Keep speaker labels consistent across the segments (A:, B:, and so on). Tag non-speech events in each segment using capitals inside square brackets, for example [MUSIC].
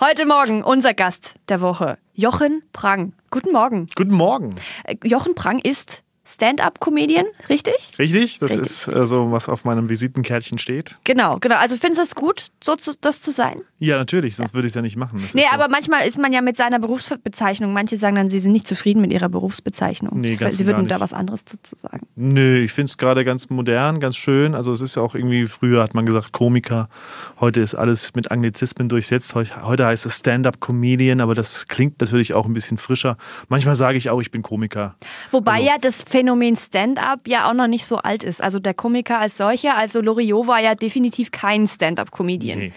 A: Heute Morgen unser Gast der Woche, Jochen Prang. Guten Morgen.
B: Guten Morgen.
A: Äh, Jochen Prang ist Stand-up-Comedian, richtig?
B: Richtig? Das
A: Richtig.
B: ist äh, so, was auf meinem Visitenkärtchen steht.
A: Genau, genau. Also findest du das gut, so zu, das zu sein?
B: Ja, natürlich, sonst würde ich es ja nicht machen. Das
A: Nee,
B: ist so.
A: aber manchmal ist man ja mit seiner Berufsbezeichnung. Manche sagen dann, sie sind nicht zufrieden mit ihrer Berufsbezeichnung.
B: Nee, ganz
A: sie
B: und
A: würden
B: gar
A: da
B: nicht.
A: was anderes dazu sagen.
B: Nö, ich finde es gerade ganz modern, ganz schön. Also es ist ja auch irgendwie, früher hat man gesagt Komiker, heute ist alles mit Anglizismen durchsetzt. Heu- Heute heißt es Stand-up-Comedian, aber das klingt natürlich auch ein bisschen frischer. Manchmal sage ich auch, ich bin Komiker.
A: Wobei
B: Also-
A: ja das Phänomen Stand-up ja auch noch nicht so alt ist. Also der Komiker als solcher, also Loriot war ja definitiv kein Stand-up-Comedian.
B: Nee.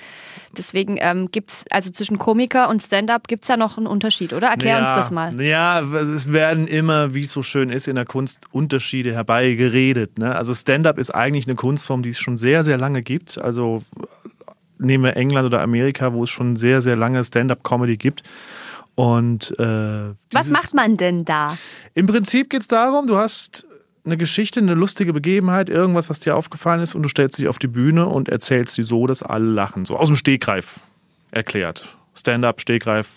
A: Deswegen ähm, gibt es, also zwischen Komiker und Stand-up gibt es ja noch einen Unterschied, oder? Erklär uns
B: Ja,
A: das mal.
B: Ja, es werden immer, wie es so schön ist, in der Kunst Unterschiede herbeigeredet. Ne? Also Stand-up ist eigentlich eine Kunstform, die es schon sehr, sehr lange gibt. Also nehmen wir England oder Amerika, wo es schon sehr, sehr lange Stand-up-Comedy gibt. Und äh,
A: Was
B: dieses-
A: macht man denn da?
B: Im Prinzip geht es darum, du hast eine Geschichte, eine lustige Begebenheit, irgendwas, was dir aufgefallen ist, und du stellst dich auf die Bühne und erzählst sie so, dass alle lachen. So aus dem Stegreif erklärt. Stand-up, Stegreif,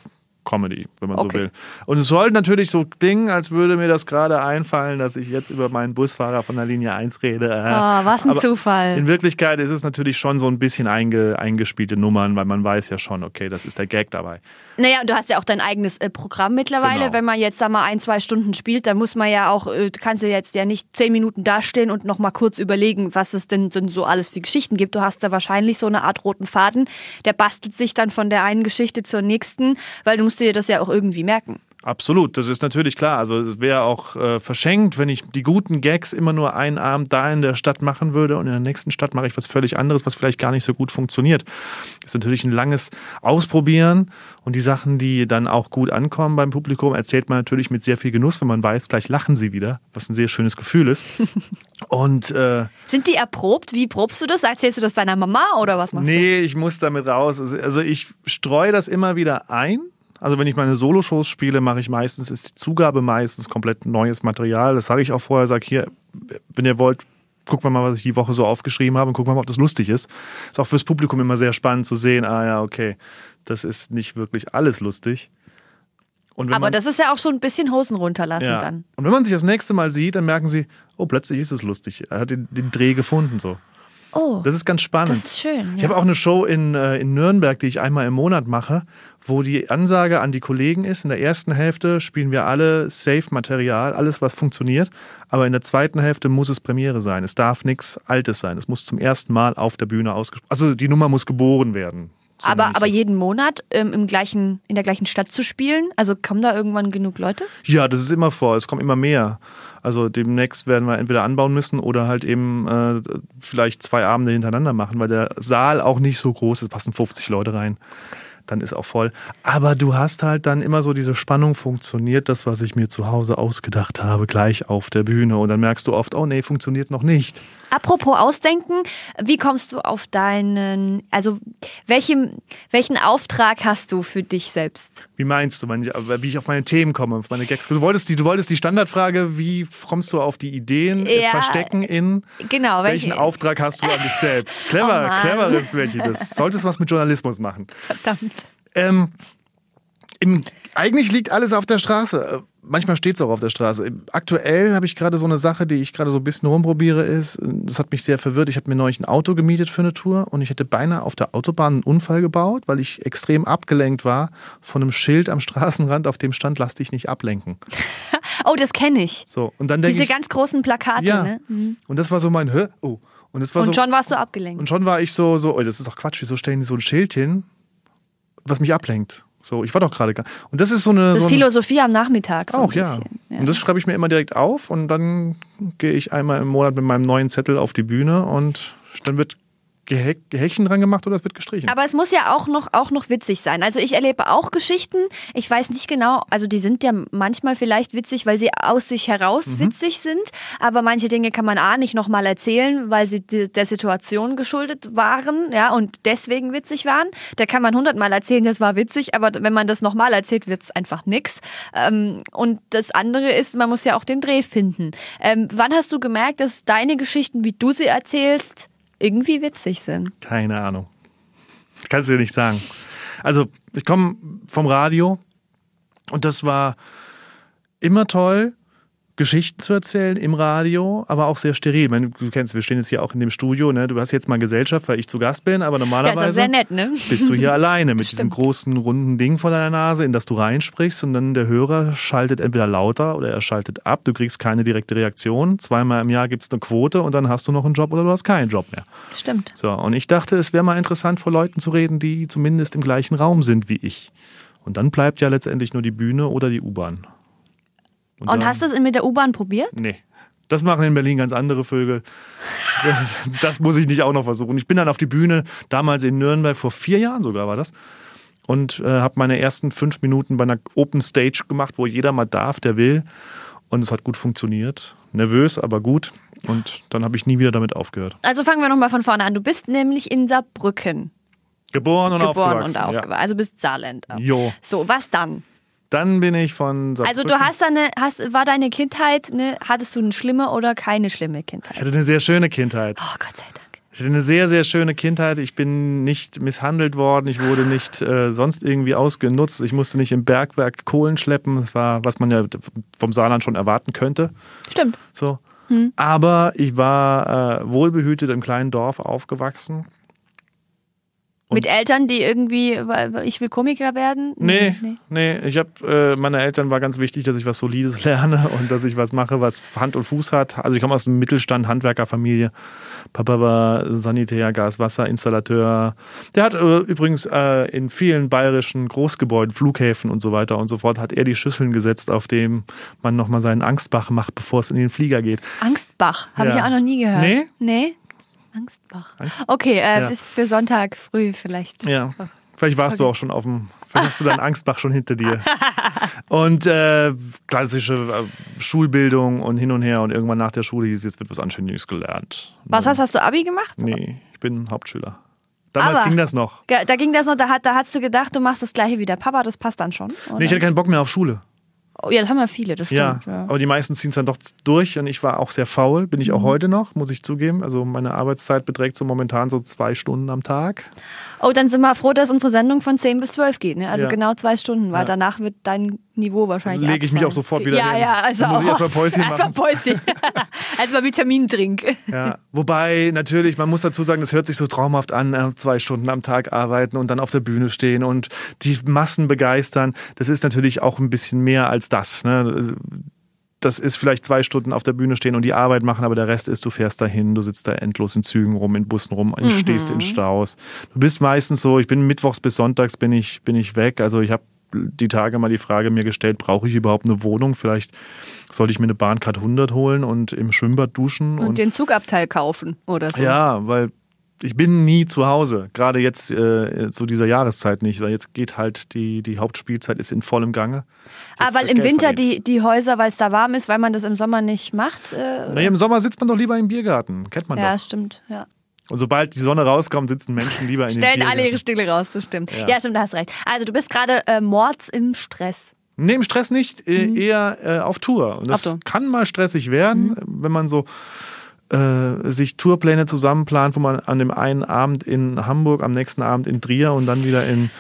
B: Comedy, wenn man
A: Okay.
B: so will. Und es soll natürlich so klingen, als würde mir das gerade einfallen, dass ich jetzt über meinen Busfahrer von der Linie 1 rede. Äh,
A: Ah, was ein
B: aber
A: Zufall.
B: In Wirklichkeit ist es natürlich schon so ein bisschen einge, eingespielte Nummern, weil man weiß ja schon, okay, das ist der Gag dabei.
A: Naja, und du hast ja auch dein eigenes äh, Programm mittlerweile.
B: Genau.
A: Wenn man jetzt da mal ein, zwei Stunden spielt, dann muss man ja auch, äh, du kannst du jetzt ja nicht zehn Minuten dastehen und nochmal kurz überlegen, was es denn, denn so alles für Geschichten gibt. Du hast da wahrscheinlich so eine Art roten Faden, der bastelt sich dann von der einen Geschichte zur nächsten, weil du musst dir das ja auch irgendwie merken.
B: Absolut, das ist natürlich klar. Also es wäre auch äh, verschenkt, wenn ich die guten Gags immer nur einen Abend da in der Stadt machen würde und in der nächsten Stadt mache ich was völlig anderes, was vielleicht gar nicht so gut funktioniert. Das ist natürlich ein langes Ausprobieren und die Sachen, die dann auch gut ankommen beim Publikum, erzählt man natürlich mit sehr viel Genuss, wenn man weiß, gleich lachen sie wieder, was ein sehr schönes Gefühl ist. und äh,
A: Sind die erprobt? Wie probst du das? Erzählst du das deiner Mama oder was machst
B: Nee, ich muss damit raus. Also- Also ich streue das immer wieder ein. Also wenn ich meine Soloshows spiele, mache ich meistens, ist die Zugabe meistens komplett neues Material. Das sage ich auch vorher, sage hier, wenn ihr wollt, gucken wir mal, was ich die Woche so aufgeschrieben habe und gucken wir mal, ob das lustig ist. Ist auch fürs Publikum immer sehr spannend zu sehen, ah ja, okay, das ist nicht wirklich alles lustig. Und
A: du?
B: wenn
A: Aber
B: man-
A: das ist ja auch so ein bisschen Hosen runterlassen dann.
B: und wenn man sich das nächste Mal sieht, dann merken sie, oh, plötzlich ist es lustig. Er hat den, den Dreh gefunden so.
A: Oh,
B: Das ist ganz spannend.
A: Das ist schön,
B: Ich
A: ja.
B: habe auch eine Show in, äh, in Nürnberg, die ich einmal im Monat mache, wo die Ansage an die Kollegen ist, in der ersten Hälfte spielen wir alle Safe-Material, alles, was funktioniert, aber in der zweiten Hälfte muss es Premiere sein. Es darf nichts Altes sein. Es muss zum ersten Mal auf der Bühne ausgesprochen Also die Nummer muss geboren werden. So nenne
A: aber
B: ich
A: aber
B: das.
A: jeden Monat ähm, im gleichen, in der gleichen Stadt zu spielen? Also kommen da irgendwann genug Leute?
B: Ja, das ist immer vor. Es kommen immer mehr. Also demnächst werden wir entweder anbauen müssen oder halt eben äh, vielleicht zwei Abende hintereinander machen, weil der Saal auch nicht so groß ist. Passen 50 Leute rein. Dann ist auch voll. Aber du hast halt dann immer so diese Spannung, funktioniert das, was ich mir zu Hause ausgedacht habe, gleich auf der Bühne. Und dann merkst du oft, oh nee, funktioniert noch nicht.
A: Apropos Ausdenken, wie kommst du auf deinen, also welchen, welchen Auftrag hast du für dich selbst?
B: Wie meinst du, wenn ich- aber wie ich auf meine Themen komme, auf meine Gags? Du wolltest die, du wolltest die Standardfrage, wie kommst du auf die Ideen, äh,
A: Ja.
B: verstecken in
A: Genau,
B: Welchen
A: welche-
B: Auftrag hast du an dich
A: [LAUGHS]
B: selbst?
A: Oh
B: Clever,
A: Mann.
B: cleveres Mädchen. Das solltest was mit Journalismus machen.
A: Verdammt.
B: Ähm, im, eigentlich liegt alles auf der Straße. Äh, Manchmal steht es auch auf der Straße. Im- Aktuell habe ich gerade so eine Sache, die ich gerade so ein bisschen rumprobiere, ist, äh, das hat mich sehr verwirrt. Ich habe mir neulich ein Auto gemietet für eine Tour und ich hätte beinahe auf der Autobahn einen Unfall gebaut, weil ich extrem abgelenkt war von einem Schild am Straßenrand, auf dem stand, lass dich nicht ablenken.
A: Oh, das kenne ich.
B: So, und dann denke
A: Diese
B: ich,
A: ganz großen Plakate,
B: ja.
A: ne?
B: Und das war so mein, hä? Oh. Und, das war so,
A: Und schon warst du abgelenkt.
B: Und schon war ich so, so, oh, das ist doch Quatsch, wieso stellen die so ein Schild hin, was mich ablenkt? So, ich war doch gerade. ga- Und das ist so
A: Das
B: eine. so
A: ist
B: ein-
A: Philosophie am Nachmittag. So
B: auch,
A: ein
B: ja.
A: bisschen.
B: Und das schreibe ich mir immer direkt auf und dann gehe ich einmal im Monat mit meinem neuen Zettel auf die Bühne und dann wird Gehe Häkchen dran gemacht oder es wird gestrichen.
A: Aber es muss ja auch noch, auch noch witzig sein. Also ich erlebe auch Geschichten, ich weiß nicht genau, also die sind ja manchmal vielleicht witzig, weil sie aus sich heraus witzig sind, aber manche Dinge kann man A nicht nochmal erzählen, weil sie de- der Situation geschuldet waren, ja, und deswegen witzig waren. Da kann man hundertmal erzählen, das war witzig, aber wenn man das nochmal erzählt, wird es einfach nix. Ähm, und das andere ist, man muss ja auch den Dreh finden. Ähm, wann hast du gemerkt, dass deine Geschichten, wie du sie erzählst, irgendwie witzig sind?
B: Keine Ahnung. Kannst du dir nicht sagen. Also, Ich komme vom Radio und das war immer toll, Geschichten zu erzählen im Radio, aber auch sehr steril. Ich meine, du kennst, wir stehen jetzt hier auch in dem Studio, ne? du hast jetzt mal Gesellschaft, weil ich zu Gast bin, aber
A: Ja, ist auch sehr
B: normalerweise
A: nett, ne?
B: bist
A: [LAUGHS]
B: du hier alleine mit diesem
A: Stimmt.
B: großen, runden Ding vor deiner Nase, in das du reinsprichst und dann der Hörer schaltet entweder lauter oder er schaltet ab. Du kriegst keine direkte Reaktion. Zweimal im Jahr gibt es eine Quote und dann hast du noch einen Job oder du hast keinen Job mehr.
A: Stimmt.
B: So, und ich dachte, es wäre mal interessant, vor Leuten zu reden, die zumindest im gleichen Raum sind wie ich. Und dann bleibt ja letztendlich nur die Bühne oder die U-Bahn.
A: Und hast du es mit der U-Bahn probiert?
B: Nee. Das machen in Berlin ganz andere Vögel. [LAUGHS] Das, das muss ich nicht auch noch versuchen. Ich bin dann auf die Bühne, damals in Nürnberg, vor vier Jahren sogar war das. Und äh, habe meine ersten fünf Minuten bei einer Open Stage gemacht, wo jeder mal darf, der will. Und es hat gut funktioniert. Nervös, aber gut. Und dann habe ich nie wieder damit aufgehört.
A: Also fangen wir nochmal von vorne an. Du bist nämlich in Saarbrücken
B: Geboren und
A: geboren
B: aufgewachsen.
A: und aufgewachsen. Also bist Saarländer.
B: Ja. Jo.
A: So, was dann?
B: Dann bin ich von
A: Also
B: Saarbrücken-
A: du hast eine, hast, war deine Kindheit, ne, hattest du eine schlimme oder keine schlimme
B: Ich
A: Kindheit?
B: hatte eine sehr schöne Kindheit.
A: Oh Gott sei Dank.
B: Ich hatte eine sehr, sehr schöne Kindheit. Ich bin nicht misshandelt worden. Ich wurde nicht äh, sonst irgendwie ausgenutzt. Ich musste nicht im Bergwerk Kohlen schleppen. Das war, was man ja vom Saarland schon erwarten könnte.
A: Stimmt.
B: So.
A: Hm.
B: Aber ich war äh, wohlbehütet im kleinen Dorf aufgewachsen.
A: Mit Eltern, die irgendwie, weil- weil ich will Komiker werden?
B: Nee, nee, ich habe äh, meine Eltern war ganz wichtig, dass ich was Solides [LAUGHS] lerne und dass ich was mache, was Hand und Fuß hat. Also ich komme aus einem Mittelstand, Handwerkerfamilie. Papa war Sanitär, Gas, Wasser, Installateur. Der hat äh, übrigens äh, in vielen bayerischen Großgebäuden, Flughäfen und so weiter und so fort, hat er die Schüsseln gesetzt, auf dem man nochmal seinen Angstbach macht, bevor es in den Flieger geht.
A: Angstbach, habe
B: Ja.
A: ich auch noch nie gehört.
B: Nee?
A: Nee? Angstbach.
B: Angst-
A: Okay, äh,
B: Ja.
A: ist für Sonntag früh vielleicht.
B: Ja. Vielleicht warst du auch schon auf dem, vielleicht hast du deinen Angstbach schon hinter dir. Und äh, klassische äh, Schulbildung und hin und her und irgendwann nach der Schule hieß, jetzt wird was Anständiges gelernt.
A: Was hast, hast du Abi gemacht?
B: Nee, ich bin Hauptschüler. Damals
A: Aber-
B: ging das noch.
A: Ge- Da ging das noch, da, hat, da hast du gedacht, du machst das gleiche wie der Papa, das passt dann schon. Oder?
B: Nee, ich hatte keinen Bock mehr auf Schule.
A: oh, ja, das haben wir viele, das
B: Ja,
A: stimmt. Ja.
B: aber die meisten ziehen es dann doch durch und ich war auch sehr faul, bin ich
A: Mhm.
B: auch heute noch, muss ich zugeben. Also meine Arbeitszeit beträgt so momentan so zwei Stunden am Tag.
A: Oh, dann sind wir froh, dass unsere Sendung von 10 bis 12 geht, ne? Also
B: Ja.
A: genau zwei Stunden, weil
B: Ja.
A: danach wird dein Niveau wahrscheinlich.
B: Dann lege ich mich
A: abfallen.
B: auch sofort wieder
A: Ja,
B: hin.
A: ja, also
B: Dann muss ich
A: auch-
B: erst mal Päuschen
A: Erstmal
B: machen.
A: Päuschen.
B: [LAUGHS]
A: [LAUGHS] erstmal Vitamintrink.
B: Ja, wobei natürlich, man muss dazu sagen, das hört sich so traumhaft an, äh, zwei Stunden am Tag arbeiten und dann auf der Bühne stehen und die Massen begeistern. Das ist natürlich auch ein bisschen mehr als das. Ne? Das ist vielleicht zwei Stunden auf der Bühne stehen und die Arbeit machen, aber der Rest ist, du fährst dahin, du sitzt da endlos in Zügen rum, in Bussen rum, in- stehst in Staus. Du bist meistens so, ich bin mittwochs bis sonntags bin ich, bin ich weg. Also ich habe die Tage mal die Frage mir gestellt, brauche ich überhaupt eine Wohnung? Vielleicht sollte ich mir eine Bahncard 100 holen und im Schwimmbad duschen
A: Und, den Zugabteil kaufen oder so.
B: ja, weil ich bin nie zu Hause, gerade jetzt äh, zu dieser Jahreszeit nicht, weil jetzt geht halt die, die Hauptspielzeit ist in vollem Gange. Jetzt
A: Aber Ah, weil
B: wird
A: im
B: Geld
A: Winter
B: verdient.
A: die, die Häuser, weil es da warm ist, weil man das im Sommer nicht macht. Äh,
B: Nee, Im Sommer sitzt man doch lieber im Biergarten, kennt man
A: ja,
B: doch.
A: stimmt. Ja.
B: Und sobald die Sonne rauskommt, sitzen Menschen lieber in
A: Stellen
B: den Biergarten.
A: alle ihre Stille raus, das stimmt. Ja,
B: Ja.
A: stimmt, da hast recht. Also du bist gerade äh, Mords im Stress.
B: Nee, im Stress nicht, äh, eher äh, auf Tour. Mhm. Und das
A: Auf Tour.
B: kann mal stressig werden, wenn man so äh, sich Tourpläne zusammenplant, wo man an dem einen Abend in Hamburg, am nächsten Abend in Trier und dann wieder in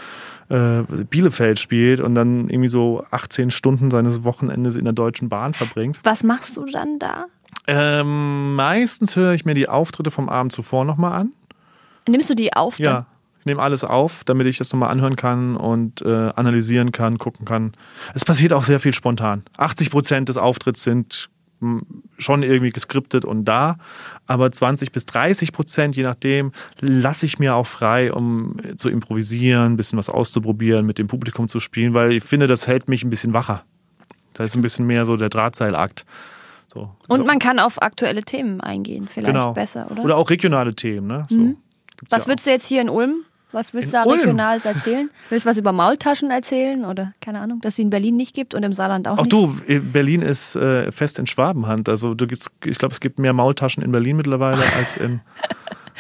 B: äh, Bielefeld spielt und dann irgendwie so 18 Stunden seines Wochenendes in der Deutschen Bahn verbringt.
A: Was machst du dann da?
B: Ähm, meistens höre ich mir die Auftritte vom Abend zuvor nochmal an.
A: Nimmst du die auf?
B: Ja,
A: dann?
B: ich nehme alles auf, damit ich das nochmal anhören kann und äh, analysieren kann, gucken kann. Es passiert auch sehr viel spontan. 80 Prozent des Auftritts sind m, schon irgendwie geskriptet und da, aber 20 bis 30 Prozent, je nachdem, lasse ich mir auch frei, um äh, zu improvisieren, ein bisschen was auszuprobieren, mit dem Publikum zu spielen, weil ich finde, das hält mich ein bisschen wacher. Da ist ein bisschen mehr so der Drahtseilakt. So.
A: Und
B: So.
A: man kann auf aktuelle Themen eingehen, vielleicht
B: Genau.
A: besser, oder? Mhm.
B: Oder auch regionale Themen. Ne? So. Gibt's
A: was
B: ja
A: willst du jetzt hier in Ulm? Was willst
B: In
A: du da
B: Ulm?
A: regional
B: [LAUGHS]
A: erzählen? Willst du was über Maultaschen erzählen? Oder keine Ahnung, dass sie in Berlin nicht gibt und im Saarland auch
B: Auch
A: nicht?
B: du, Berlin ist äh, fest in Schwabenhand. Also du gibt's, ich glaube, es gibt mehr Maultaschen in Berlin
A: [LAUGHS]
B: mittlerweile als in.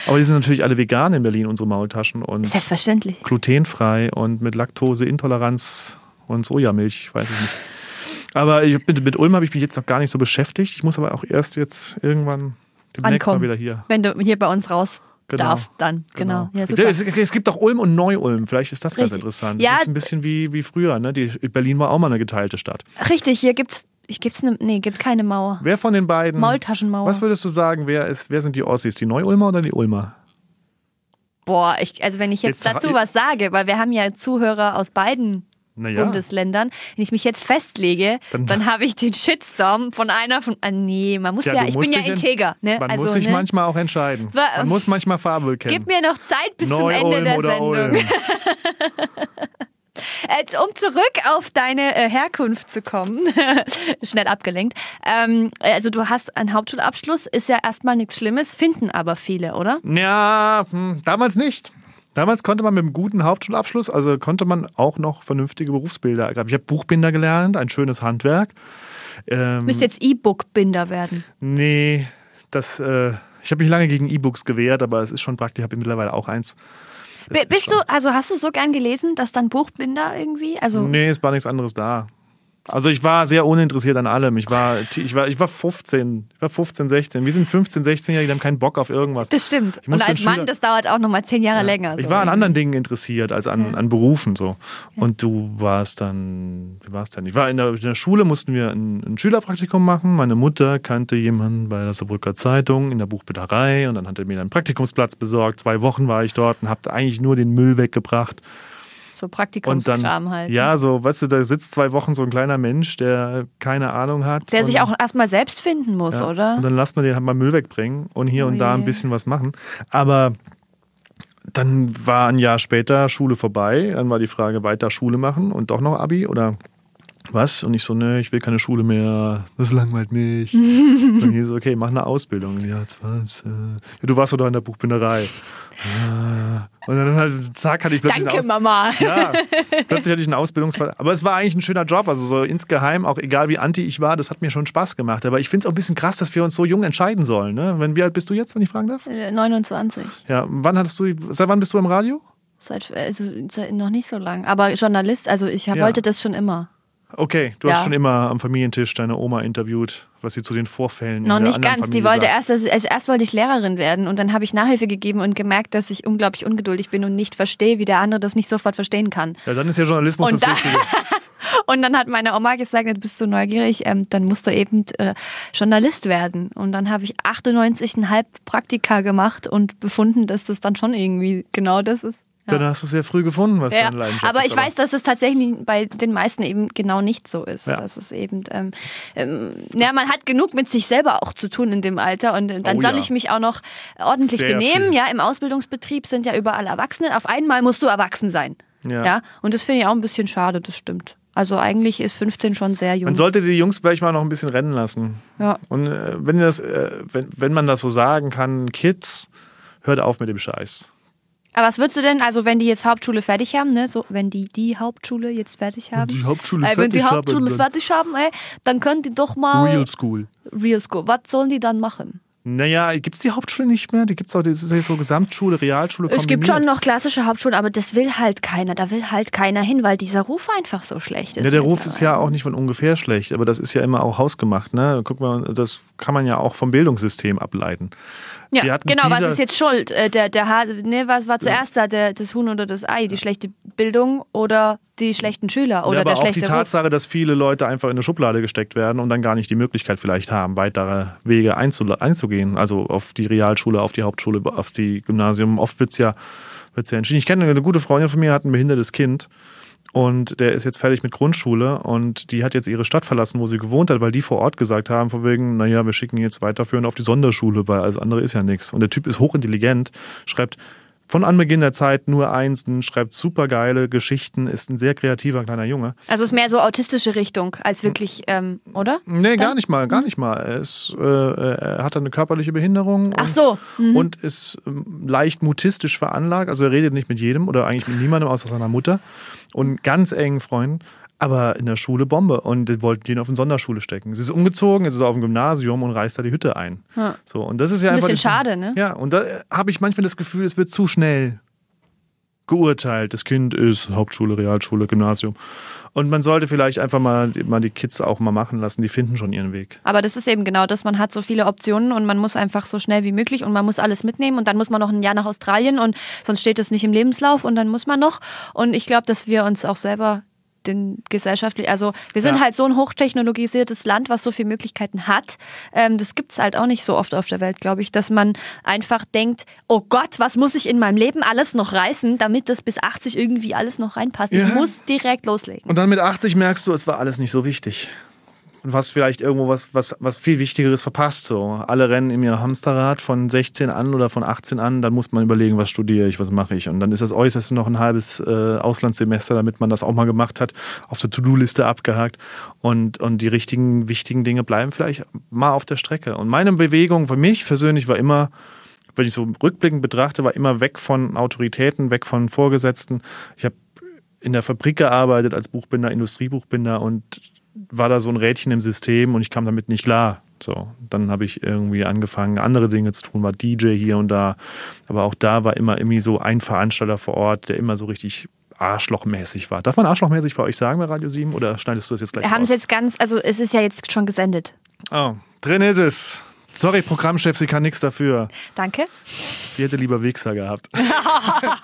B: Aber die sind natürlich alle vegan in Berlin, unsere Maultaschen. Und
A: Selbstverständlich.
B: glutenfrei und mit Laktoseintoleranz und Sojamilch, weiß ich nicht. Aber ich, mit, mit Ulm habe ich mich jetzt noch gar nicht so beschäftigt. Ich muss aber auch erst jetzt irgendwann demnächst
A: Ankommen.
B: mal wieder hier.
A: Wenn du hier bei uns raus
B: Genau.
A: darfst dann. Genau. Ja, super.
B: es, es gibt auch Ulm und Neu-Ulm, vielleicht ist das ganz
A: Richtig.
B: interessant.
A: Ja,
B: das ist ein bisschen wie, wie früher, ne? Die, Berlin war auch mal eine geteilte Stadt.
A: Richtig, hier gibt's, ich gibt's ne, nee, gibt keine Mauer.
B: Wer von den beiden.
A: Maultaschenmauer.
B: Was würdest du sagen, wer, ist, wer sind die Ossis? Die Neu-Ulmer oder die Ulmer?
A: Boah, ich, also wenn ich jetzt,
B: Jetzt-
A: dazu was sage, weil wir haben ja Zuhörer aus beiden
B: Naja.
A: Bundesländern, wenn ich mich jetzt festlege,
B: Dann-
A: dann, habe ich den Shitstorm von einer von. Ah, nee, man muss
B: Tja,
A: ja,
B: du
A: ich
B: musst
A: bin ja
B: dich in-
A: integer. Ne?
B: Man
A: also,
B: muss sich
A: ne?
B: manchmal auch entscheiden.
A: Wa-
B: Man muss manchmal Farbe kennen.
A: Gib mir noch Zeit bis zum Ende
B: Neu-Ulm
A: der
B: oder
A: Sendung. [LAUGHS]
B: Ulm.
A: Jetzt, um zurück auf deine äh, Herkunft zu kommen, [LAUGHS] schnell abgelenkt. Ähm, also du hast einen Hauptschulabschluss, ist ja erstmal nichts Schlimmes, finden aber viele,
B: Mhm.
A: oder?
B: Ja, hm, damals nicht. Damals konnte man mit einem guten Hauptschulabschluss, also konnte man auch noch vernünftige Berufsbilder ergreifen. Ich habe Buchbinder gelernt, ein schönes Handwerk. Ähm,
A: Müsste jetzt E-Book-Binder werden.
B: nee, das, äh, ich habe mich lange gegen E-Books gewehrt, aber es ist schon praktisch. Ich habe mittlerweile auch eins. Das
A: B
B: ist
A: bist
B: schon-
A: du, also hast du so gern gelesen, dass dann Buchbinder irgendwie? Also
B: Nee, es war nichts anderes da. Also ich war sehr uninteressiert an allem. Ich war, ich war, ich war 15, ich war 15, 16. Wir sind 15, 16-Jährige, die haben keinen Bock auf irgendwas.
A: das stimmt.
B: Ich
A: Und
B: musste
A: als
B: als
A: Mann,
B: Schüler-
A: das dauert auch nochmal zehn Jahre länger. so
B: Ich
A: ne?
B: war an
A: irgendwie.
B: anderen Dingen interessiert als an, an Berufen so. Und du warst dann, wie war es denn? Ich war in der, in der Schule, mussten wir ein, ein Schülerpraktikum machen. Meine Mutter kannte jemanden bei der Saarbrücker Zeitung in der Buchbitterei und dann hat er mir einen Praktikumsplatz besorgt. Zwei Wochen war ich dort und habe eigentlich nur den Müll weggebracht.
A: So
B: Und
A: Praktikumskram
B: dann,
A: halt.
B: ja, so, weißt du, da sitzt zwei Wochen so ein kleiner Mensch, der keine Ahnung hat.
A: Der sich
B: und-
A: auch erstmal selbst finden muss,
B: ja.
A: oder? Oh
B: Und dann lasst man den halt mal Müll wegbringen und hier und da
A: Ui.
B: ein bisschen was machen. Aber dann war ein Jahr später Schule vorbei. Dann war die Frage, weiter Schule machen und doch noch Abi oder was? Und ich so, ne, ich will keine Schule mehr. Das
A: [LAUGHS]
B: langweilt mich. und hier so, okay, mach eine Ausbildung. Ja, jetzt was? äh, Ja, du warst doch da in der Buchbinderei. Ah. Und dann halt, zack, hatte ich plötzlich eine
A: Danke,
B: Aus-
A: Mama. [LAUGHS]
B: ja, plötzlich hatte ich einen Ausbildungsfall. Aber es war eigentlich ein schöner Job. Also so insgeheim, auch egal wie anti ich war, das hat mir schon Spaß gemacht. Aber ich finde es auch ein bisschen krass, dass wir uns so jung entscheiden sollen. Ne? Wenn, wie alt bist du jetzt, wenn ich fragen darf?
A: Äh, 29.
B: Ja, wann hattest du, seit wann bist du im Radio?
A: Seit, also seit noch nicht so lang. Aber Journalist, also ich hab-
B: Ja.
A: wollte das schon immer.
B: Okay, du hast
A: Ja.
B: schon immer am Familientisch deine Oma interviewt, was sie zu den Vorfällen
A: Noch
B: in der
A: nicht
B: anderen
A: ganz.
B: Familie
A: Die wollte
B: sagt.
A: erst, also erst wollte ich Lehrerin werden und dann habe ich Nachhilfe gegeben und gemerkt, dass ich unglaublich ungeduldig bin und nicht verstehe, wie der andere das nicht sofort verstehen kann.
B: Ja, dann ist ja Journalismus
A: Und
B: das
A: da- [LAUGHS]
B: Richtige.
A: Und dann hat meine Oma gesagt, "Jetzt bist du neugierig, ähm, dann musst du eben äh, Journalist werden. Und dann habe ich 98,5 Praktika gemacht und befunden, dass das dann schon irgendwie genau das ist.
B: Dann hast du sehr früh gefunden, was
A: Ja,
B: deine Leidenschaft
A: aber
B: ist.
A: ich weiß, dass es tatsächlich bei den meisten eben genau nicht so ist.
B: Ja.
A: Dass es eben, ähm, ähm, naja, man hat genug mit sich selber auch zu tun in dem Alter und dann
B: Oh
A: soll
B: ja.
A: ich mich auch noch ordentlich
B: Sehr
A: benehmen.
B: viel.
A: Ja, im Ausbildungsbetrieb sind ja überall Erwachsene. Auf einmal musst du erwachsen sein.
B: Ja.
A: und das finde ich auch ein bisschen schade, das stimmt. Also eigentlich ist 15 schon sehr jung.
B: Man sollte die Jungs vielleicht mal noch ein bisschen rennen lassen.
A: ja.
B: Und äh, wenn, das, äh, wenn, wenn man das so sagen kann, Kids, hört auf mit dem Scheiß.
A: Aber was würdest du denn, also wenn die jetzt Hauptschule fertig haben, ne, so wenn die die Hauptschule jetzt fertig haben,
B: die Hauptschule
A: äh, wenn die
B: fertig haben,
A: Hauptschule
B: dann-
A: fertig haben, ey, dann können die doch mal
B: Real School.
A: Real School. Was sollen die dann machen?
B: Naja, gibt es die Hauptschule nicht mehr? Die gibt es auch, das ist ja jetzt so Gesamtschule, Realschule,
A: Es gibt schon
B: kombiniert.
A: noch klassische Hauptschulen, aber das will halt keiner. Da will halt keiner hin, weil dieser Ruf einfach so schlecht ist.
B: Ja, der Ruf ist
A: mittlerweile.
B: ja auch nicht von ungefähr schlecht, aber das ist ja immer auch hausgemacht. Ne? Guck mal, das kann man ja auch vom Bildungssystem ableiten. Wir
A: Ja,
B: hatten
A: genau, was
B: dieser-
A: ist jetzt schuld? Äh, Der, der Hase, ne, was war zuerst da? Der, das Huhn oder das Ei? Die schlechte Bildung oder die schlechten Schüler oder
B: ja, aber
A: der
B: auch die
A: schlechte Ruf?
B: Tatsache, dass viele Leute einfach in eine Schublade gesteckt werden und dann gar nicht die Möglichkeit vielleicht haben, weitere Wege einzule- einzugehen. Also auf die Realschule, auf die Hauptschule, auf die Gymnasium. Oft wird es ja, wird's ja entschieden. Ich kenne eine gute Freundin von mir, hat ein behindertes Kind. Und der ist jetzt fertig mit Grundschule und die hat jetzt ihre Stadt verlassen, wo sie gewohnt hat, weil die vor Ort gesagt haben, von wegen, naja, wir schicken ihn jetzt weiterführend auf die Sonderschule, weil alles andere ist ja nichts. Und der Typ ist hochintelligent, schreibt von Anbeginn der Zeit nur Einsen, schreibt supergeile Geschichten, ist ein sehr kreativer kleiner Junge.
A: Also ist mehr so autistische Richtung als
B: Hm.
A: wirklich, ähm, oder?
B: Nee, gar nicht
A: Mhm.
B: mal, gar nicht mal. Er, ist, äh, er hat eine körperliche Behinderung.
A: Ach
B: und-
A: so. mhm.
B: Und ist ähm, leicht mutistisch veranlagt. Also er redet nicht mit jedem oder eigentlich mit niemandem außer seiner Mutter und ganz engen Freunden. Aber in der Schule Bombe und die wollten ihn auf eine Sonderschule stecken. Sie ist umgezogen, jetzt ist er auf dem Gymnasium und reißt da die Hütte ein. So, und das ist ja
A: Ein
B: einfach
A: bisschen
B: das-
A: schade, ne?
B: Ja, und da äh, habe ich manchmal das Gefühl, es wird zu schnell. geurteilt. Das Kind ist Hauptschule, Realschule, Gymnasium. Und man sollte vielleicht einfach mal, mal die Kids auch mal machen lassen. Die finden schon ihren Weg.
A: Aber das ist eben genau das. Man hat so viele Optionen und man muss einfach so schnell wie möglich und man muss alles mitnehmen und dann muss man noch ein Jahr nach Australien und sonst steht es nicht im Lebenslauf und dann muss man noch. Und ich glaube, dass wir uns auch selber den gesellschaftlich, also wir sind
B: Ja.
A: halt so ein hochtechnologisiertes Land, was so viele Möglichkeiten hat. Ähm, das gibt es halt auch nicht so oft auf der Welt, glaube ich, dass man einfach denkt, oh Gott, was muss ich in meinem Leben alles noch reißen, damit das bis 80 irgendwie alles noch reinpasst.
B: Ja.
A: Ich muss direkt loslegen.
B: Und dann mit 80 merkst du, es war alles nicht so wichtig. Und hast vielleicht irgendwo was, was, was viel Wichtigeres verpasst. So. Alle rennen in ihr Hamsterrad von 16 an oder von 18 an. Dann muss man überlegen, was studiere ich, was mache ich. Und dann ist das Äußerste noch ein halbes äh, Auslandssemester, damit man das auch mal gemacht hat, auf der To-Do-Liste abgehakt. Und, und die richtigen, wichtigen Dinge bleiben vielleicht mal auf der Strecke. Und meine Bewegung für mich persönlich war immer, wenn ich so rückblickend betrachte, war immer weg von Autoritäten, weg von Vorgesetzten. Ich habe in der Fabrik gearbeitet als Buchbinder, Industriebuchbinder und war da so ein Rädchen im System und ich kam damit nicht klar. So, dann habe ich irgendwie angefangen, andere Dinge zu tun, war DJ hier und da. Aber auch da war immer irgendwie so ein Veranstalter vor Ort, der immer so richtig arschlochmäßig war. Darf man arschlochmäßig bei euch sagen bei Radio 7 oder schneidest du das jetzt gleich
A: Wir haben
B: raus?
A: es jetzt ganz, also es ist ja jetzt schon gesendet.
B: oh, drin ist es. Sorry, Programmchef, sie kann nichts dafür.
A: Danke.
B: Sie hätte lieber
A: [LAUGHS]
B: Wichser gehabt. [LAUGHS]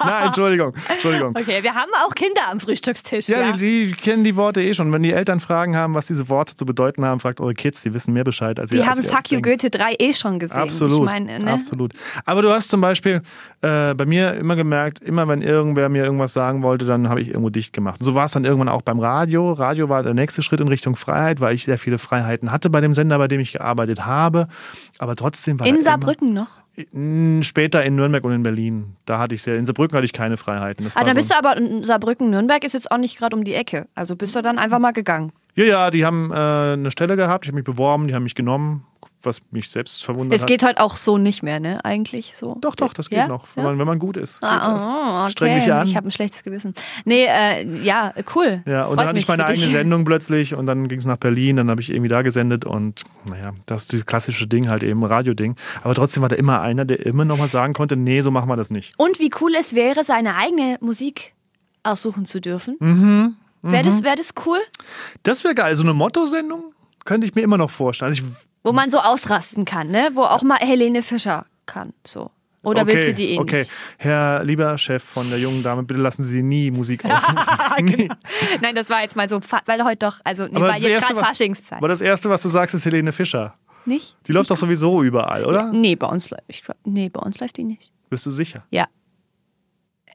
B: Nein, Entschuldigung, Entschuldigung.
A: Okay, wir haben auch Kinder am Frühstückstisch.
B: Ja, Die, die kennen die Worte eh schon. Wenn die Eltern Fragen haben, was diese Worte zu bedeuten haben, fragt eure Kids, die wissen mehr Bescheid als
A: Die
B: ihr. als
A: haben
B: ihr
A: Fuck You
B: denkt.
A: Goethe 3 eh schon gesehen.
B: Absolut,
A: Ich meine, ne?
B: absolut. Aber du hast zum Beispiel äh, bei mir immer gemerkt, immer wenn irgendwer mir irgendwas sagen wollte, dann habe ich irgendwo dicht gemacht. So war es dann irgendwann auch beim Radio. Radio war der nächste Schritt in Richtung Freiheit, weil ich sehr viele Freiheiten hatte bei dem Sender, bei dem ich gearbeitet habe. Aber trotzdem war da
A: In
B: immer-
A: Saarbrücken noch.
B: N- Später in Nürnberg und in Berlin. Da hatte ich sehr. In Saarbrücken hatte ich keine Freiheiten. Das
A: Ah,
B: war
A: dann
B: so ein-
A: bist du aber in Saarbrücken, Nürnberg ist jetzt auch nicht gerade um die Ecke. Also bist du dann einfach mal gegangen.
B: Ja, ja, die haben äh, eine Stelle gehabt, ich habe mich beworben, die haben mich genommen, was mich selbst verwundert
A: Es
B: hat.
A: geht heute auch so nicht mehr, ne? Eigentlich so.
B: Doch, doch, das geht
A: Ja?
B: noch, wenn,
A: Ja?
B: man, wenn man gut ist. Geht das.
A: Ah, oh, okay.
B: Streng dich an.
A: Ich habe ein schlechtes Gewissen. Nee, äh, ja, cool.
B: ja, und
A: Freut
B: dann hatte
A: mich
B: ich meine
A: für dich.
B: eigene Sendung plötzlich und dann ging es nach Berlin, dann habe ich irgendwie da gesendet und naja, das ist dieses klassische Ding halt eben, Radioding. Aber trotzdem war da immer einer, der immer nochmal sagen konnte, nee, so machen wir das nicht.
A: Und wie cool es wäre, seine eigene Musik aussuchen zu dürfen.
B: Mhm,
A: Wäre das, wär das cool?
B: Das wäre geil, so eine Motto-Sendung könnte ich mir immer noch vorstellen. Also ich
A: Wo man so ausrasten kann, ne? Wo auch mal Helene Fischer kann, so. Oder willst du die eh
B: Okay,
A: nicht?
B: Herr lieber Chef von der jungen Dame, bitte lassen Sie nie
A: [LAUGHS]
B: Musik aus. Nie.
A: Nein, das war jetzt mal so, fa- weil heute doch, also nee,
B: Aber
A: war
B: das
A: jetzt
B: Erste,
A: gerade
B: was-
A: Faschingszeit.
B: Aber das Erste, was du sagst, ist Helene Fischer.
A: Nicht?
B: Die läuft doch sowieso überall, oder?
A: Nee, bei uns läuft, ich glaub- nee, bei uns läuft die nicht.
B: Bist du sicher?
A: Ja. [LAUGHS]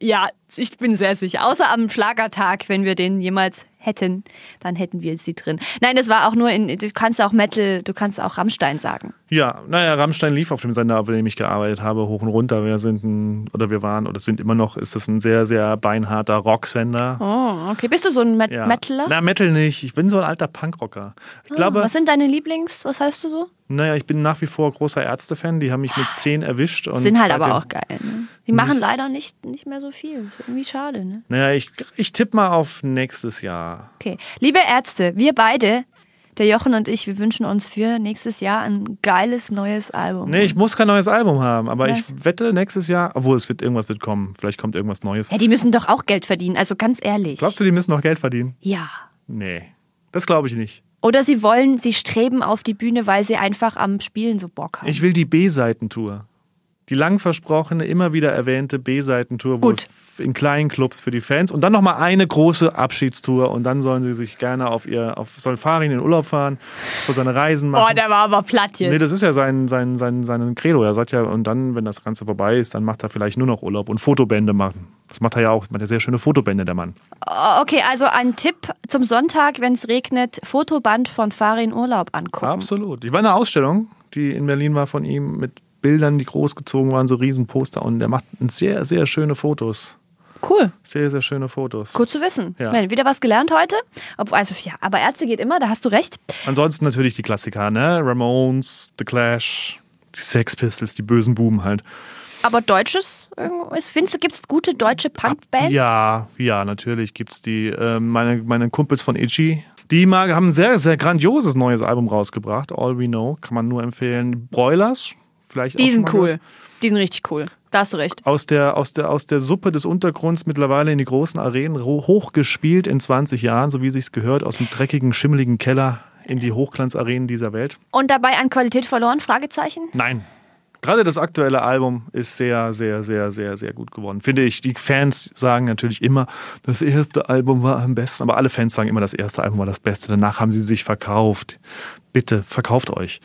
A: ja, ich bin sehr sicher. Außer am Schlagertag, wenn wir den jemals hätten, dann hätten wir sie drin. Nein, das war auch nur in, du kannst auch Metal, du kannst auch Rammstein sagen.
B: Ja, naja, Rammstein lief auf dem Sender, bei dem ich gearbeitet habe, hoch und runter. Wir sind ein, oder wir waren, oder sind immer noch, ist das ein sehr, sehr beinharter Rocksender.
A: Oh, okay. Bist du so ein Met
B: Ja.
A: Metaler? Ah, Hm,
B: Na, Metal nicht. Ich bin so ein alter Punkrocker. Ich glaube,
A: was sind deine Lieblings, was heißt du so?
B: naja, ich bin nach wie vor großer Ärzte-Fan. Die haben mich mit zehn erwischt. Und
A: Sind halt aber
B: seitdem-
A: auch geil. Ne? Die machen leider nicht, nicht mehr so viel. Ist irgendwie schade, ne?
B: Naja, ich, ich tippe mal auf nächstes Jahr.
A: Okay. Liebe Ärzte, wir beide, der Jochen und ich, wir wünschen uns für nächstes Jahr ein geiles neues Album.
B: Nee, ich muss kein neues Album haben, aber
A: Was?
B: ich wette nächstes Jahr, obwohl es wird irgendwas wird kommen. Vielleicht kommt irgendwas Neues.
A: Ja, die müssen doch auch Geld verdienen, also ganz ehrlich.
B: Glaubst du, die müssen noch Geld verdienen?
A: Ja.
B: Nee, das glaube ich nicht.
A: Oder sie wollen, sie streben auf die Bühne, weil sie einfach am Spielen so Bock haben.
B: Ich will die B-Seitentour. Die lang versprochene, immer wieder erwähnte B-Seitentour, wo
A: Gut.
B: f- in kleinen Clubs für die Fans und dann nochmal eine große Abschiedstour und dann sollen sie sich gerne auf ihr, auf Solfarin in Urlaub fahren, soll seine Reisen machen.
A: der war aber platt
B: Nee, das ist ja sein, sein, sein, sein Credo. Er sagt ja, und dann, wenn das Ganze vorbei ist, dann macht er vielleicht nur noch Urlaub und Fotobände machen. Das macht er ja auch. Das macht ja sehr schöne Fotobände, der Mann.
A: Okay, also ein Tipp zum Sonntag, wenn es regnet, Fotoband von Farin Urlaub angucken.
B: Absolut. Ich war in einer Ausstellung, die in Berlin war von ihm mit Bildern, die großgezogen waren, so Riesenposter. Und er macht sehr, sehr schöne Fotos.
A: Cool,
B: Sehr, sehr schöne Fotos.
A: gut zu wissen.
B: Ja.
A: Man, wieder was gelernt heute. Ob, also ja, aber Ärzte geht immer, da hast du recht.
B: Ansonsten natürlich die Klassiker, ne? Ramones, The Clash, die Sex Pistols, die bösen Buben halt.
A: Aber deutsches, irgendwas- findest du, gibt es gute deutsche Punkbands?
B: Ja, ja, natürlich gibt's die. Äh, meine, meine Kumpels von Itchy, die mal, haben ein sehr, sehr grandioses neues Album rausgebracht. All We Know, kann man nur empfehlen. Broilers vielleicht
A: Die
B: auch schon
A: sind
B: mal
A: cool.
B: gehört.
A: Die sind richtig cool. Da hast du recht.
B: Aus der, aus, der, aus der Suppe des Untergrunds mittlerweile in die großen Arenen ho- hochgespielt in 20 Jahren, so wie sich's gehört, aus dem dreckigen, schimmeligen Keller in die Hochglanzarenen dieser Welt.
A: Und dabei an Qualität verloren? Fragezeichen?
B: Nein. Gerade das aktuelle Album ist sehr, sehr, sehr, sehr, sehr gut geworden. Finde ich. Die Fans sagen natürlich immer, das erste Album war am besten. Aber alle Fans sagen immer, das erste Album war das Beste. Danach haben sie sich verkauft. Bitte, verkauft euch.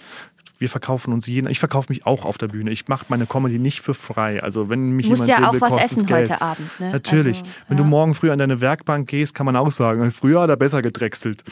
B: Wir verkaufen uns jeden. Ich verkaufe mich auch auf der Bühne. Ich mache meine Comedy nicht für frei. Also, wenn mich
A: Du musst
B: jemand
A: ja
B: sehen will,
A: auch was
B: kostet's
A: essen
B: Geld.
A: heute Abend. Ne?
B: Natürlich.
A: Also,
B: Wenn du morgen früh an deine Werkbank gehst, kann man auch sagen, früher hat er besser gedrechselt.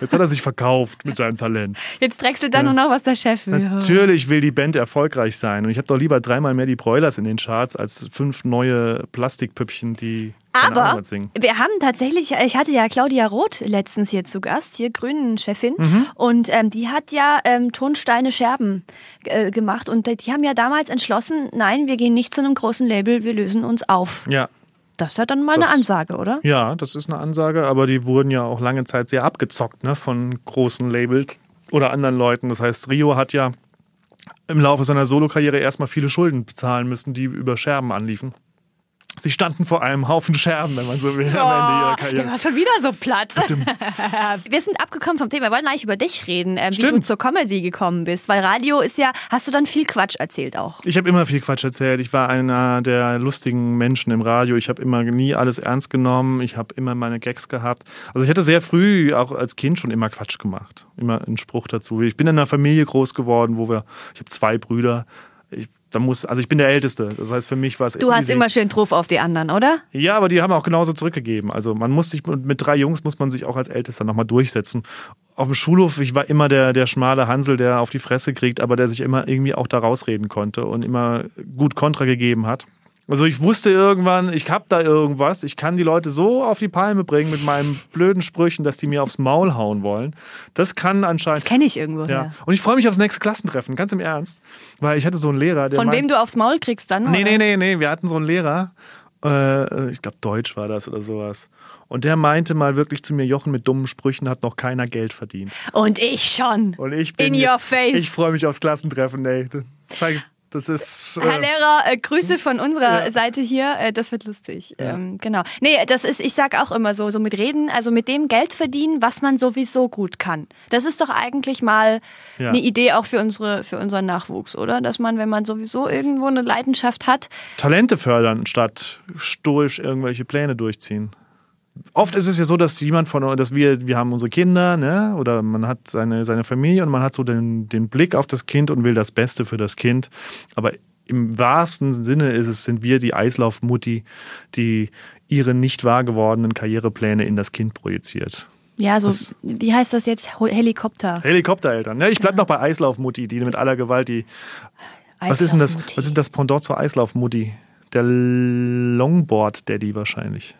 B: Jetzt hat er sich verkauft mit seinem Talent.
A: Jetzt trägst du dann nur noch, was der Chef will.
B: Natürlich will die Band erfolgreich sein. Und ich habe doch lieber dreimal mehr die Broilers in den Charts als fünf neue Plastikpüppchen, die keine Ahnung
A: Aber
B: was singen.
A: wir haben tatsächlich, ich hatte ja Claudia Roth letztens hier zu Gast, hier Grünen-Chefin.
B: Mhm.
A: Und ähm, die hat ja ähm, Tonsteine Scherben äh, gemacht. Und die haben ja damals entschlossen, nein, wir gehen nicht zu einem großen Label, wir lösen uns auf.
B: Ja.
A: Das ist ja dann mal eine
B: Das-
A: Ansage, oder?
B: ja, das ist eine Ansage, aber die wurden ja auch lange Zeit sehr abgezockt ne, von großen Labels oder anderen Leuten. Das heißt, Rio hat ja im Laufe seiner Solokarriere erstmal viele Schulden bezahlen müssen, die über Scherben anliefen. Sie standen vor einem Haufen Scherben, wenn man so will, am Ende ihrer Karriere.
A: war schon wieder so Platz. [LAUGHS] Wir sind abgekommen vom Thema. Wir wollten eigentlich über dich reden, ähm, wie du
B: Stimmt.
A: zur Comedy gekommen bist. Weil Radio ist ja, hast du dann viel Quatsch erzählt auch.
B: Ich habe immer viel Quatsch erzählt. Ich war einer der lustigen Menschen im Radio. Ich habe immer nie alles ernst genommen. Ich habe immer meine Gags gehabt. Also ich hatte sehr früh, auch als Kind, schon immer Quatsch gemacht. Immer einen Spruch dazu. Ich bin in einer Familie groß geworden, wo wir, ich habe zwei Brüder. Ich, da muss, also ich bin der Älteste. Das heißt, für mich war es
A: Du hast
B: easy.
A: immer schön drauf auf die anderen, oder?
B: Ja, aber die haben auch genauso zurückgegeben. Also man muss sich mit drei Jungs muss man sich auch als Ältester nochmal durchsetzen. Auf dem Schulhof, ich war immer der, der schmale Hansel, der auf die Fresse kriegt, aber der sich immer irgendwie auch da rausreden konnte und immer gut Kontra gegeben hat. Also ich wusste irgendwann, ich hab da irgendwas, ich kann die Leute so auf die Palme bringen mit meinen blöden Sprüchen, dass die mir aufs Maul hauen wollen. Das kann
A: Das
B: anscheinend.
A: kenne ich irgendwo.
B: ja. Und ich freue mich aufs nächste Klassentreffen, ganz im Ernst. Weil ich hatte so einen Lehrer, der
A: Von
B: meinte-
A: wem du aufs Maul kriegst dann?
B: Nee,
A: oder?
B: nee, nee, nee. Wir hatten so einen Lehrer, äh, ich glaube Deutsch war das oder sowas. Und der meinte mal wirklich zu mir, Jochen, mit dummen Sprüchen hat noch keiner Geld verdient.
A: Und ich schon.
B: Und ich
A: In
B: bin jetzt,
A: your face.
B: Ich freue mich aufs Klassentreffen, ey. Zeig, das ist.
A: Herr
B: Äh,
A: Lehrer, äh, Grüße von unserer
B: Ja.
A: Seite hier. Äh, das wird lustig. Ähm, genau. Nee, das ist, ich sag auch immer so, so mit Reden, also mit dem Geld verdienen, was man sowieso gut kann. Das ist doch eigentlich mal
B: Ja.
A: eine Idee auch für unsere, für unseren Nachwuchs, oder? Dass man, wenn man sowieso irgendwo eine Leidenschaft hat,
B: Talente fördern, statt stoisch irgendwelche Pläne durchziehen. Oft ist es ja so, dass jemand von uns, dass wir, wir haben unsere Kinder, ne? Oder man hat seine, seine Familie und man hat so den, den Blick auf das Kind und will das Beste für das Kind. Aber im wahrsten Sinne ist es, sind wir die Eislaufmutti, die ihre nicht wahr gewordenen Karrierepläne in das Kind projiziert.
A: ja, so,
B: Das-
A: wie heißt das jetzt? Hol- Helikopter.
B: Helikoptereltern. Ne? Ich bleib noch bei Eislaufmutti, die mit aller Gewalt die. Was ist denn das?
A: Eislaufmutti.
B: Was ist das Pendant zur Eislaufmutti? Der Longboard-Daddy wahrscheinlich.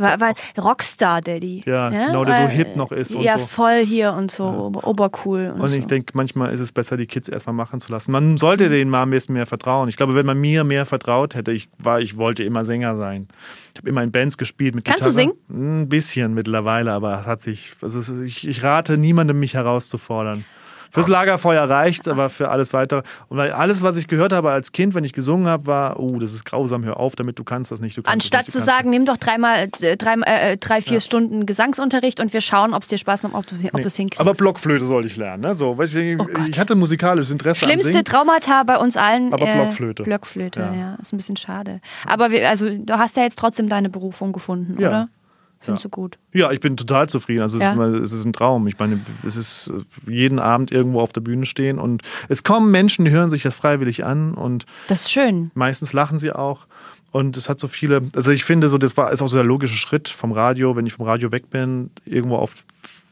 A: War, war Rockstar Daddy.
B: Ja,
A: ne?
B: genau, der so
A: Weil,
B: hip noch ist und
A: Ja,
B: so.
A: voll hier und so, ober- obercool. Und,
B: Und
A: so.
B: ich denke, manchmal ist es besser, die Kids erstmal machen zu lassen. Man
A: Hm.
B: sollte denen mal ein bisschen mehr vertrauen. Ich glaube, wenn man mir mehr vertraut hätte, ich war, ich wollte immer Sänger sein. Ich habe immer in Bands gespielt mit
A: Kannst du
B: Gitarre. singen? Ein bisschen mittlerweile, aber es hat sich. Es ist, ich, ich rate niemandem, mich herauszufordern.
A: Ah.
B: Fürs Lagerfeuer reicht's, aber für alles weitere. Und weil alles, was ich gehört habe als Kind, wenn ich gesungen habe, war, oh, das ist grausam, hör auf damit, du kannst das nicht. Du kannst
A: Anstatt
B: das
A: zu
B: nicht, du kannst
A: sagen, nimm doch dreimal, äh, drei, äh, drei vier Stunden Gesangsunterricht und wir schauen, ob es dir Spaß macht, ob du ob
B: das
A: du es
B: nicht.
A: hinkriegst. Oh
B: Aber Blockflöte sollte ich lernen. Ne? So, weil ich, ich hatte musikalisches Interesse am
A: Schlimmste
B: Singen.
A: Traumata bei uns allen.
B: Aber
A: äh,
B: Blockflöte.
A: Blockflöte,
B: Ja.
A: ja. Ist ein bisschen schade. Aber wir, also, du hast ja jetzt trotzdem deine Berufung gefunden,
B: Ja.
A: oder? Findest du gut.
B: Ja, ich bin total zufrieden. Also es,
A: Ja.
B: ist, mal- es ist ein Traum. Ich meine, es ist äh, jeden Abend irgendwo auf der Bühne stehen und es kommen Menschen, die hören sich das freiwillig an und
A: Das ist schön.
B: meistens lachen sie auch. Und es hat so viele, also ich finde, so, das war, ist auch so der logische Schritt vom Radio, wenn ich vom Radio weg bin, irgendwo auf,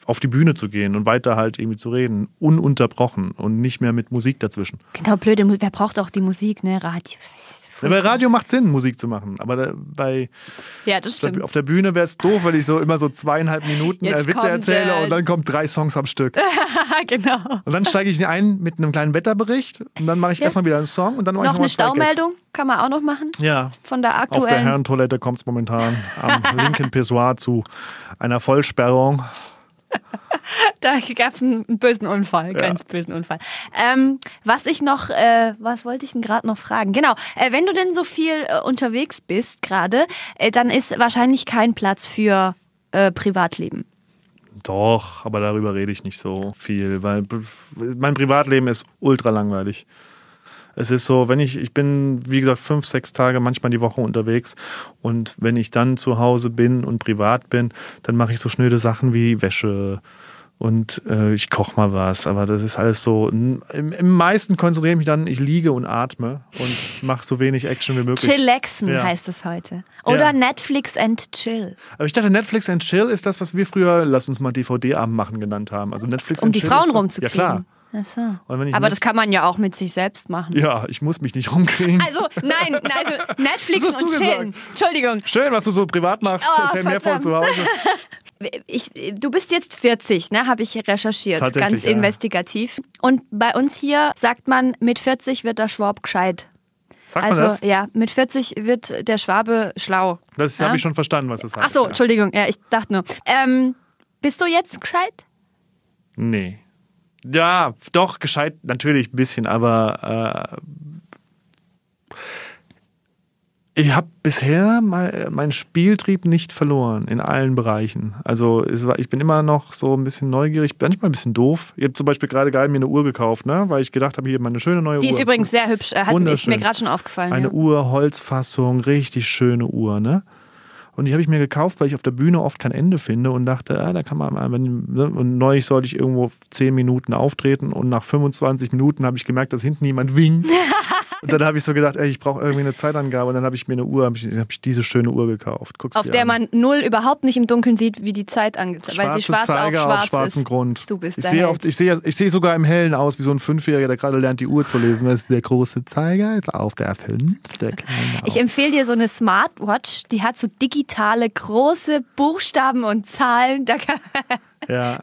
B: auf die Bühne zu gehen und weiter halt irgendwie zu reden. Ununterbrochen und nicht mehr mit Musik dazwischen.
A: Genau, blöde, Mu- wer braucht auch die Musik, ne? Radio.
B: Ja, bei Radio macht Sinn, Musik zu machen. Aber da, bei,
A: Ja, das stimmt.
B: auf der Bühne wäre es doof, wenn ich so immer so zweieinhalb Minuten äh,
A: Jetzt
B: Witze
A: kommt,
B: erzähle
A: äh,
B: und dann kommen drei Songs am Stück.
A: [LAUGHS] genau.
B: Und dann steige ich ein mit einem kleinen Wetterbericht und dann mache ich erstmal wieder einen Song und dann mache ich
A: Noch eine
B: mal zwei
A: Staumeldung kann man auch noch machen.
B: Gags. Ja.
A: Von der
B: Auf der
A: aktuellen.
B: Herrentoilette kommt es momentan am linken Pissoir zu einer Vollsperrung.
A: Da gab es einen bösen Unfall, ganz bösen Unfall. Ähm, was ich noch, äh, was wollte ich denn gerade noch fragen? Genau, äh, wenn du denn so viel äh, unterwegs bist gerade, äh, dann ist wahrscheinlich kein Platz für äh, Privatleben.
B: Doch, aber darüber rede ich nicht so viel, weil mein Privatleben ist ultra langweilig. Es ist so, wenn ich, ich bin, wie gesagt, fünf, sechs Tage manchmal die Woche unterwegs und wenn ich dann zu Hause bin und privat bin, dann mache ich so schnöde Sachen wie Wäsche und äh, ich koche mal was, aber das ist alles so, n- im, im meisten konzentriere ich mich dann, ich liege und atme und mache so wenig Action wie möglich.
A: Chillaxen
B: Ja.
A: heißt es heute. Oder
B: Ja.
A: Netflix and Chill.
B: Aber ich dachte, Netflix and Chill ist das, was wir früher, lass uns mal DVD-Abend machen genannt haben. Also Netflix
A: Um
B: and
A: die
B: Chill
A: Frauen
B: ist-
A: rumzukriegen.
B: Ja, klar.
A: Ach so.
B: Und wenn ich
A: Aber
B: Net-
A: das kann man ja auch mit sich selbst machen.
B: ja, ich muss mich nicht rumkriegen.
A: Also, nein, nein, also
B: [LAUGHS]
A: Netflix
B: Das hast
A: und
B: du
A: Chillen. Entschuldigung.
B: Schön, was du so privat machst.
A: Oh,
B: Erzähl mehr von
A: verdammt.
B: zu Hause.
A: ich, du bist jetzt 40, ne? Habe ich recherchiert,
B: Tatsächlich,
A: ganz
B: ja.
A: investigativ. Und bei uns hier sagt man, mit 40 wird der Schwab gescheit.
B: Sagt
A: also
B: man das?
A: ja, mit 40 wird der Schwabe schlau.
B: Das
A: ja?
B: habe ich schon verstanden, was das heißt.
A: Ach so,
B: ja.
A: Entschuldigung, ja, ich dachte nur. Ähm, bist du jetzt gescheit?
B: Nee. Ja, doch, gescheit natürlich ein bisschen, aber äh, ich habe bisher mein, meinen Spieltrieb nicht verloren in allen Bereichen. Also es war, ich bin immer noch so ein bisschen neugierig, manchmal ein bisschen doof. Ich habe zum Beispiel gerade geil mir eine Uhr gekauft, ne? weil ich gedacht habe, hier meine schöne neue
A: Die
B: Uhr.
A: ist übrigens sehr hübsch, äh, hat, ist
B: Wunderschön.
A: mir gerade schon aufgefallen.
B: Eine
A: ja.
B: Uhr, Holzfassung, richtig schöne Uhr, ne? Und die habe ich mir gekauft, weil ich auf der Bühne oft kein Ende finde und dachte, ah, da kann man mal, wenn, ne? und neulich sollte ich irgendwo 10 Minuten auftreten und nach 25 Minuten habe ich gemerkt, dass hinten
A: [LAUGHS]
B: jemand winkt. und dann habe ich so gedacht, ey, ich brauche irgendwie eine Zeitangabe und dann habe ich mir eine Uhr, habe ich, hab ich diese schöne Uhr gekauft. Guckst
A: Auf der man null überhaupt nicht im Dunkeln sieht, wie die Zeit angezeigt weil sie schwarz
B: Zeiger
A: auf schwarz
B: schwarzem
A: ist.
B: Grund.
A: Du bist
B: ich
A: der
B: sehe
A: Held.
B: auf, ich sehe, ich sehe sogar im Hellen aus wie so ein Fünfjähriger, der gerade lernt, die Uhr zu lesen. Das ist der große Zeiger ist auf der fünf, der kleine auf
A: Ich empfehle dir so eine Smartwatch, die hat so digitale große Buchstaben und Zahlen. Da kann,
B: Ja.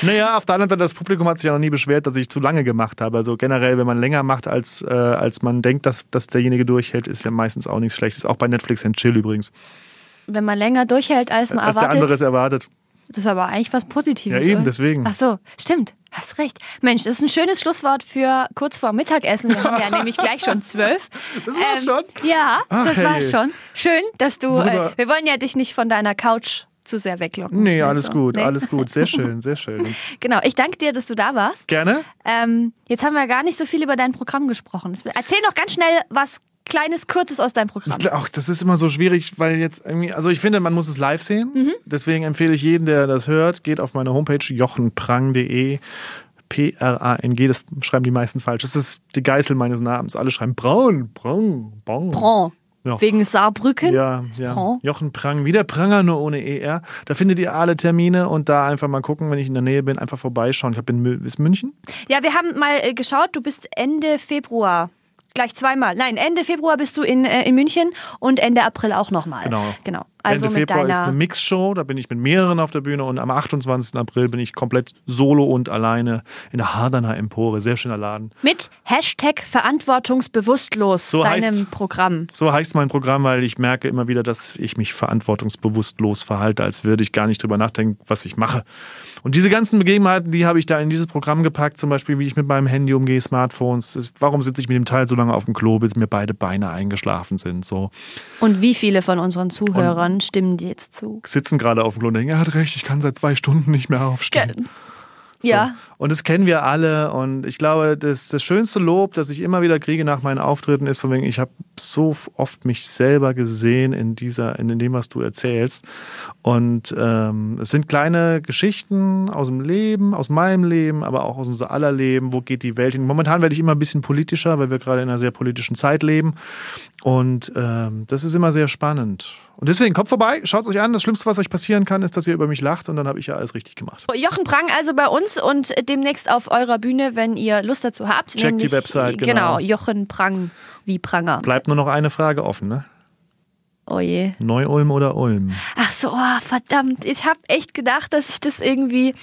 B: Naja, auf der anderen Seite, das Publikum hat sich ja noch nie beschwert, dass ich zu lange gemacht habe. Also generell, wenn man länger macht, als, äh, als man denkt, dass, dass derjenige durchhält, ist ja meistens auch nichts Schlechtes. Auch bei Netflix and Chill übrigens.
A: wenn man länger durchhält, als man
B: Als der
A: erwartet.
B: andere es erwartet.
A: Das ist aber eigentlich was Positives.
B: Ja, eben,
A: oder?
B: deswegen.
A: Ach so, stimmt. Hast recht. Mensch, das ist ein schönes Schlusswort für kurz vor Mittagessen. Wir
B: [LAUGHS]
A: haben ja nämlich gleich schon zwölf. Ähm,
B: Das war's schon?
A: Ja,
B: Ach,
A: das
B: hey.
A: war's schon. Schön, dass du. Äh,
B: Worüber-
A: wir wollen ja dich nicht von deiner Couch zu sehr weglocken.
B: Nee, alles
A: Also,
B: gut,
A: nee.
B: alles gut. Sehr schön, sehr
A: [LAUGHS]
B: schön.
A: Genau, ich danke dir, dass du da warst.
B: Gerne?
A: Ähm, jetzt haben wir gar nicht so viel über dein Programm gesprochen. Erzähl noch ganz schnell was Kleines, Kurzes aus deinem Programm.
B: Ich gl- Auch das ist immer so schwierig, weil jetzt irgendwie, also ich finde, man muss es live sehen.
A: Mhm.
B: Deswegen empfehle ich jeden, der das hört, geht auf meine Homepage jochenprang.de. P-R-A-N-G, das schreiben die meisten falsch. Das ist die Geißel meines Namens. Alle schreiben Braun, Braun, Braun.
A: Prong.
B: Ja.
A: Wegen Saarbrücken.
B: Ja,
A: Prang.
B: ja. Jochen Prang, wieder Pranger, nur ohne ER. Da findet ihr alle Termine und da einfach mal gucken, wenn ich in der Nähe bin, einfach vorbeischauen. Ich habe in Mü- ist München.
A: Ja, wir haben mal äh, geschaut, du bist Ende Februar. Gleich zweimal. Nein, Ende Februar bist du in, äh, in München und Ende April auch nochmal.
B: Genau.
A: genau. Also
B: Ende
A: mit
B: Februar ist eine
A: deiner.
B: Mixshow, da bin ich mit mehreren auf der Bühne und am 28. April bin ich komplett solo und alleine in der Hardaner Empore. Sehr schöner Laden.
A: Mit Hashtag verantwortungsbewusstlos
B: So
A: deinem
B: heißt's.
A: Programm.
B: So heißt mein Programm, weil ich merke immer wieder, dass ich mich verantwortungsbewusstlos verhalte, als würde ich gar nicht drüber nachdenken, was ich mache. Und diese ganzen Begebenheiten, die habe ich da in dieses Programm gepackt, zum Beispiel, wie ich mit meinem Handy umgehe, Smartphones, das- warum sitze ich mit dem Teil so lange auf dem Klo, bis mir beide Beine eingeschlafen sind, so.
A: Und wie viele von unseren Zuhörern stimmen dir jetzt zu?
B: Sitzen gerade auf dem Klo und denken, er hat recht, ich kann seit zwei Stunden nicht mehr aufstehen. So.
A: Ja.
B: Und das kennen wir alle. Und ich glaube, das, das schönste Lob, das ich immer wieder kriege nach meinen Auftritten, ist von wegen, ich habe so oft mich selber gesehen in dieser, in dem, was du erzählst. Und ähm, es sind kleine Geschichten aus dem Leben, aus meinem Leben, aber auch aus unser aller Leben. Wo geht die Welt hin? Momentan werde ich immer ein bisschen politischer, weil wir gerade in einer sehr politischen Zeit leben. Und ähm, das ist immer sehr spannend. Und deswegen kommt vorbei, schaut es euch an. Das Schlimmste, was euch passieren kann, ist, dass ihr über mich lacht und dann habe ich ja alles richtig gemacht.
A: Jochen Prang also bei uns und demnächst auf eurer Bühne, wenn ihr Lust dazu habt.
B: Checkt die Website,
A: Genau,
B: genau.
A: Jochen Prang wie Pranger.
B: Bleibt nur noch eine Frage offen, ne?
A: Oh je.
B: Neu-Ulm oder Ulm?
A: Ach so, oh, verdammt. Ich habe echt gedacht, dass ich das irgendwie.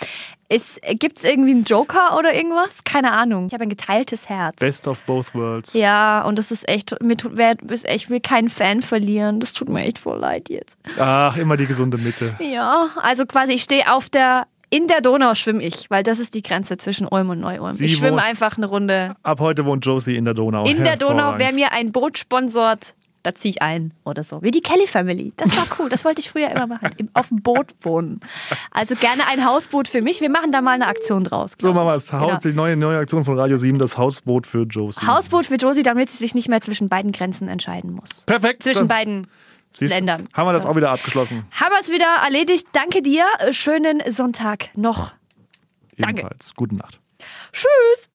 A: Ist, gibt's irgendwie einen Joker oder irgendwas? Keine Ahnung. Ich habe ein geteiltes Herz.
B: Best of both worlds.
A: Ja, und das ist echt. Mir tut, wer, ist- ich will keinen Fan verlieren. Das tut mir echt voll leid jetzt.
B: Ach, immer die gesunde Mitte.
A: Ja, also quasi, ich stehe auf der In der Donau schwimme ich, weil das ist die Grenze zwischen Ulm und Neu-Ulm.
B: Sie
A: Ich
B: wohnt-
A: schwimme einfach eine Runde
B: Ab heute wohnt Josie in der Donau.
A: in der Donau.
B: Hervorragend.
A: Wer mir ein Boot sponsort, da ziehe ich ein oder so. Wie die Kelly Family. Das war cool. Das wollte ich früher immer machen. Im, auf dem Boot wohnen. Also gerne ein Hausboot für mich. Wir machen da mal eine Aktion draus.
B: So
A: glaub
B: machen wir
A: ich.
B: es. Haus, Die neue, neue Aktion von Radio 7, das Hausboot für Josie.
A: Genau. Hausboot für Josie, damit sie sich nicht mehr zwischen beiden Grenzen entscheiden muss.
B: Perfekt.
A: Zwischen
B: Dann-
A: beiden
B: Siehst du,
A: Ländern.
B: Haben wir das auch wieder abgeschlossen.
A: Haben wir es wieder erledigt. Danke dir. Schönen Sonntag noch. Danke.
B: Ebenfalls. Guten Nacht.
A: Tschüss.